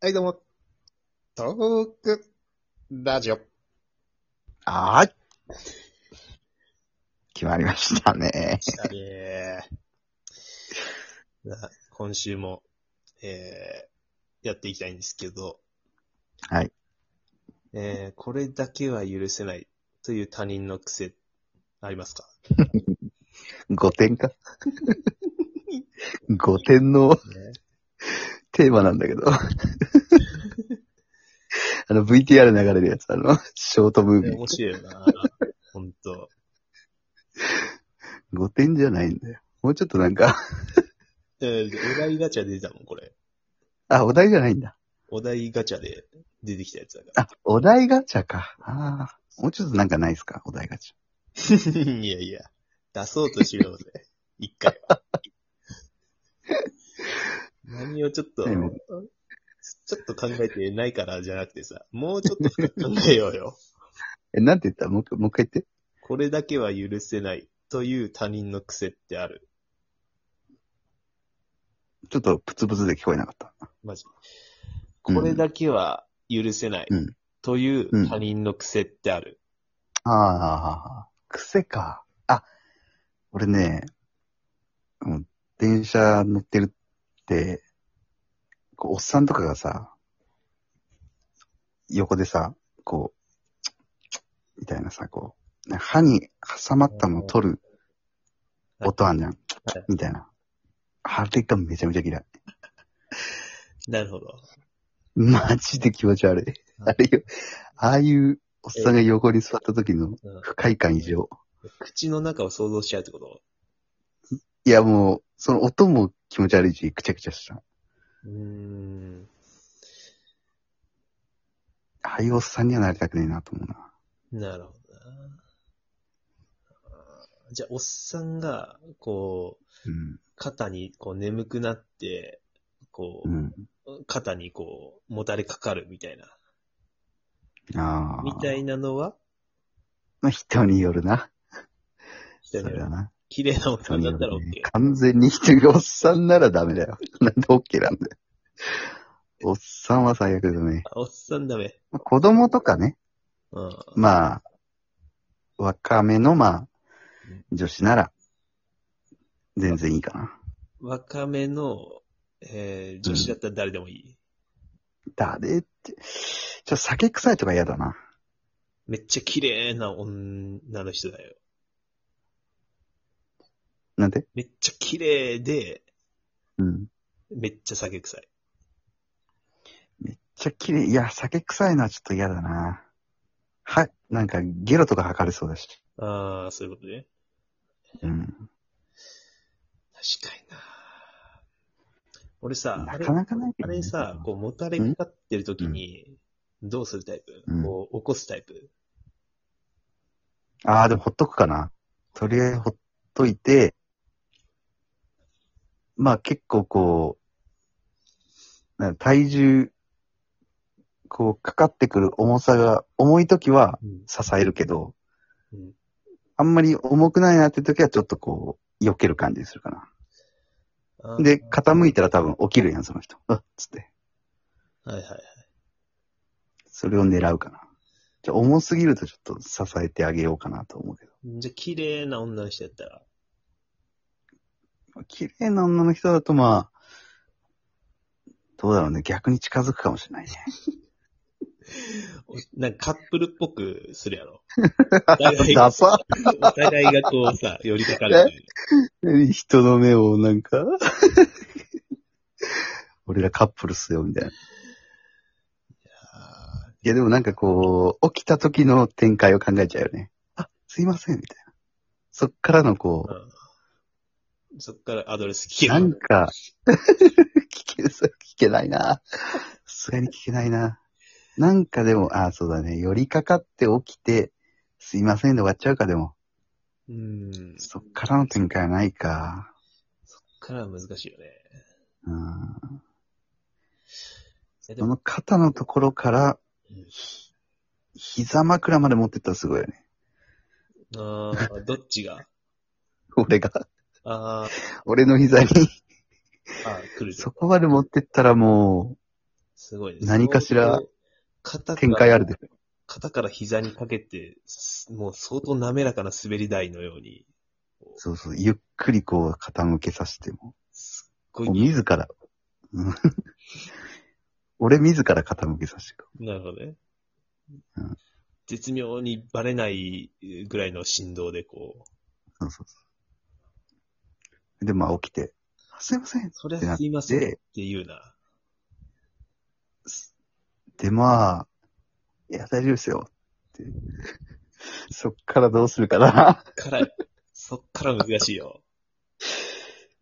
はい、どうも。トーク、ラジオ。はい。決まりましたね。えー、な今週も、えー、やっていきたいんですけど、はい。えー、これだけは許せないという他人の癖、ありますか5点か。5点のテーマなんだけど。あの VTR 流れるやつ、あの、ショートムービー。面白いよなほんと。 5点じゃないんだよ。もうちょっとなんか、えー、お題ガチャ出てたもん、これ。あ、お題じゃないんだ。お題ガチャで出てきたやつだかあ、お題ガチャか。ああ。もうちょっとなんかないですかお題ガチら。いやいや、出そうとしよう ぜ。一回は。何をちょっと、でもちょっと考えてないからじゃなくてさ、もうちょっと深く考えよう よ。ャ。え、なんて言ったもう一回もう一回言って。これだけは許せないという他人の癖ってある。ちょっとプツプツで聞こえなかった。マジ。これだけは許せないうんという他人の癖ってある。ああ、癖か。あ、俺ね、もう電車乗ってるって、こう、おっさんとかがさ、横でさ、こう、みたいなさ、こう、なんか歯に挟まったのを取るはい音あんじゃんはい。みたいな。あれがめちゃめちゃ嫌い。なるほど。マジで気持ち悪い。はあいれよ、ああいうおっさんが横に座った時のうん不快感以上。口の中を想像しちゃうってこといや、もう、その音も気持ち悪いし、くちゃくちゃした。うーん。ああいうおっさんにはなりたくねえなと思うな。なるほどな。あーじゃあ、おっさんが、こう、肩にこう眠くなって、こうん。う、肩にこう、もたれかかるみたいな。うん。ああ。みたいなのは、まあ、人によるな。人そにれよだるな。綺麗なおっさ人んにだよっるたら OK ね。完全に人がおっさんならダメだよ。なんで OK なんだよ。おっさんは最悪だね。あおっさんダメ。まあ子供とかね。うん。まあ、若めの、まあ、女子なら、全然いいかな。若めの、えー、女子だったら誰でもいい。誰って、ちょ、酒臭いとか嫌だな。めっちゃ綺麗な女の人だよ。なんでめっちゃ綺麗で、うん。めっちゃ酒臭い。めっちゃ綺麗。いや、酒臭いのはちょっと嫌だな。はい。なんか、ゲロとか吐かれそうだし。ああ、そういうことね。うん。確かにな俺さ、あなれかなかないけあどね、れさ、こう、もたれかかってる時に、どうするタイプ、うんこう、起こすタイプああ、でもほっとくかな。とりあえずほっといて、まあ結構こう、なんか体重、こう、かかってくる重さが重い時はうん。支えるけど、うんあんまり重くないなって時はちょっとこう、避ける感じにするかな。あーで、傾いたら多分起きるやん、その人。う っつって。はいはいはい。それを狙うかな。じゃあ重すぎるとちょっと支えてあげようかなと思うけど。じゃあ、綺麗な女の人やったら。綺麗な女の人だとまあ、どうだろうね。逆に近づくかもしれないね。おなんかカップルっぽくするや ろ。お互いがダサお互いがこうさ、寄りかかるみた い人の目をなんか、俺らカップルっすよ、みたいな。いな。あや、でもなんかこう、起きた時の展開を考えちゃうよね。あ、すいません、みたいな。そっからのこーう、うんそっからアドレス聞けなんる。か、 聞け、聞けないな。さすがに聞けないな。なんかでも、あ、そうだね。寄りかかって起きて、すいませんで終わっちゃうか、でも。うん。そそっからの展開はないか。っからは難しいよね。うん。いやでそもの肩のところから、ひ膝枕まで持ってったらすごいよね。あーどっちが俺が、あー俺の膝に、あー、来る。そこまで持ってったらもすごいです。何かしら相当、肩展開あるでしょ。肩から膝にかけて、すもう相当滑らかな滑り台のように、そうそう、ゆっくりこう傾けさせても。すっこごうい、自ら。うん 俺自ら傾けさせてく。なるほどねうん。絶妙にバレないぐらいの振動でこう、そうそうそう。で、まあ起きて、あすいません。そりゃすいませんっていうな。で、まあ、いや、大丈夫ですよ。って。 そっからどうするかな。 から、 そっから難しいよ。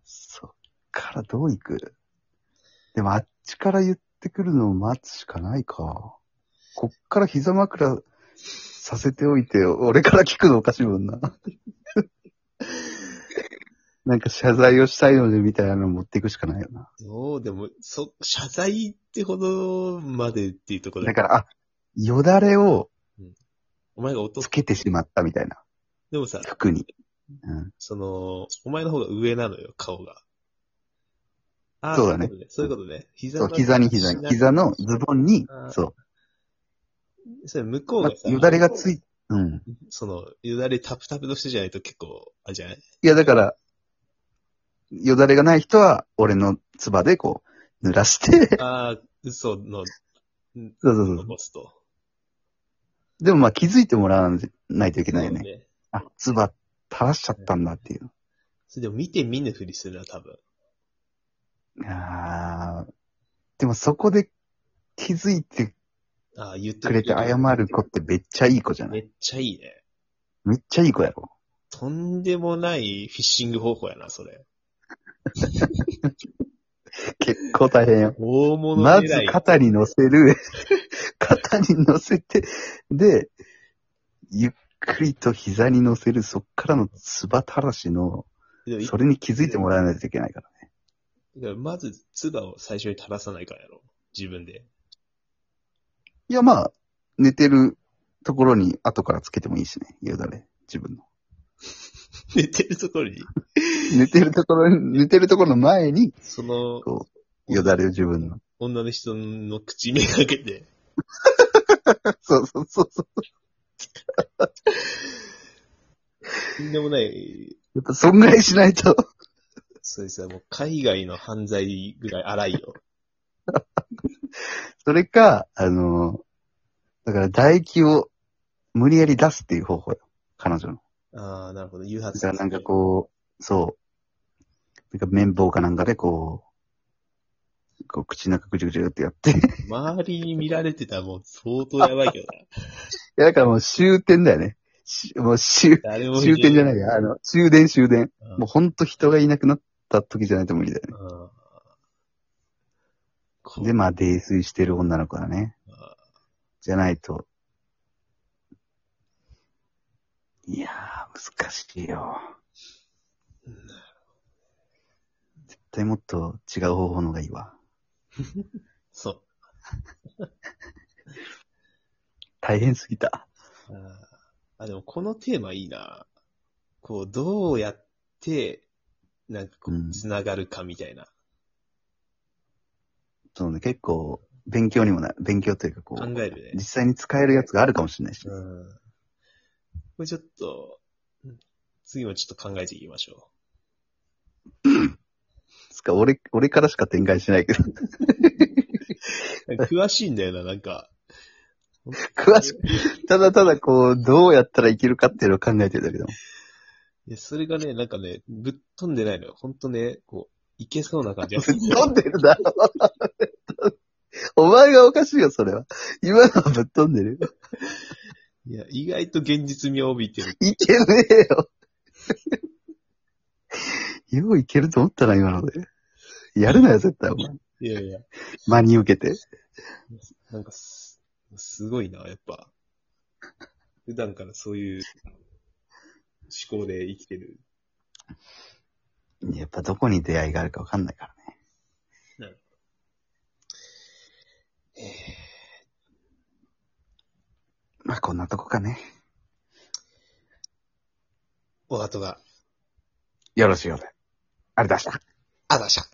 そっからどう行くでもあっちから言ってくるのを待つしかないか。こっから膝枕させておいて、俺から聞くのおかしいもんな。 なんか謝罪をしたいのでみたいなの持っていくしかないよな。どうでも、そ、謝罪ってほどまでっていうところだで、から、あ、よだれをお前が落とつす。けてしまったみたいな、でもさ、服に。うん。その、お前の方が上なのよ、顔が。あーそうだね。そういうことね。膝そう、の膝に膝に、膝のズボンにあ、ーそそれ向う、こうまがさ、あよだれがつい、うん。その、よだれタプタプの人じゃないと結構、あれじゃないいや、だから、よだれがない人は、俺のつばでこう、濡らして、 ああ、嘘の、そうそうそう。残すと。でもまあ気づいてもらわないといけないよそね。うだね。あ、つば垂らしちゃったんだっていう。それでも見て見ぬふりするな、多分。あーでもそこで気づいてああ、言ってくれて謝る子ってめっちゃいい子じゃなめいっちゃいいね。めっちゃいい子やろ。とんでもないフィッシング方法やな、それ。結構大変よ。大物ま狙ずい。肩に乗せる。 肩に乗せて、で、ゆっくりと膝に乗せる、そっからのつば垂らしの、でもいそれに気づいてもらわないといけないから。だからまず、唾を最初に垂らさないからやろ。自分で。いや、まあ、寝てるところに後からつけてもいいしね。よだれ。自分の。 寝てるところに、寝てるところに、寝てるところの前に、その、こう、よだれを自分の。女の人の口めがけて、そうそうそうそう。とんでもない、やっぱ、損害しないと。 そうですよもう海外の犯罪ぐらい荒いよ。それか、あの、だから唾液を無理やり出すっていう方法よ。彼女の。ああ、なるほど。誘だ発からなんかこう、そう。なんか綿棒かなんかでこう、こう口の中ぐちゅぐちゅってやって。 い周りに見られてたらもう相当やばいけどな。や、だからもう終点だよね。しもう終、誰も終点じゃないよ。よ。あの、終電終電。うんもうほんと人がいなくなった時じゃないと無理だよね。うんこで、まあ、泥酔してる女の子だね。じゃないと。いやー、難しいよ。絶対もっと違う方法の方がいいわ。そう。大変すぎた。あーあ、でもこのテーマいいな。こう、どうやって、なんかこうんう、つながるかみたいな。そうね、結構、勉強にもなる。勉強というか、こう、考える実ね。際に使えるやつがあるかもしれないし。うん。これちょっと、うん次もちょっと考えていきましょつか、俺、俺からしか展開しないけど、 う。なんか詳しいんだよな、なんか。詳しく、ただただこう、どうやったらいけるかっていうのを考えてるだけど。いや、それがね、なんかね、ぶっ飛んでないのよ。ほんとね、こう、いけそうな感じがす ぶっる。飛んでるだろ。 お前がおかしいよ、それは。今のはぶっ飛んでる。いや、意外と現実味を帯びてる。いけねえよ。 よういけると思ったな、今ので。やるなよ、絶対、お前。いやいや、真に受けて。なんかす、すごいな、やっぱ。普段からそういう思考で生きてる。やっぱどこに出会いがあるかわかんないからね。えーまあ、こんなとこかね。お後が、よろしいようで。あれ出した。あざした。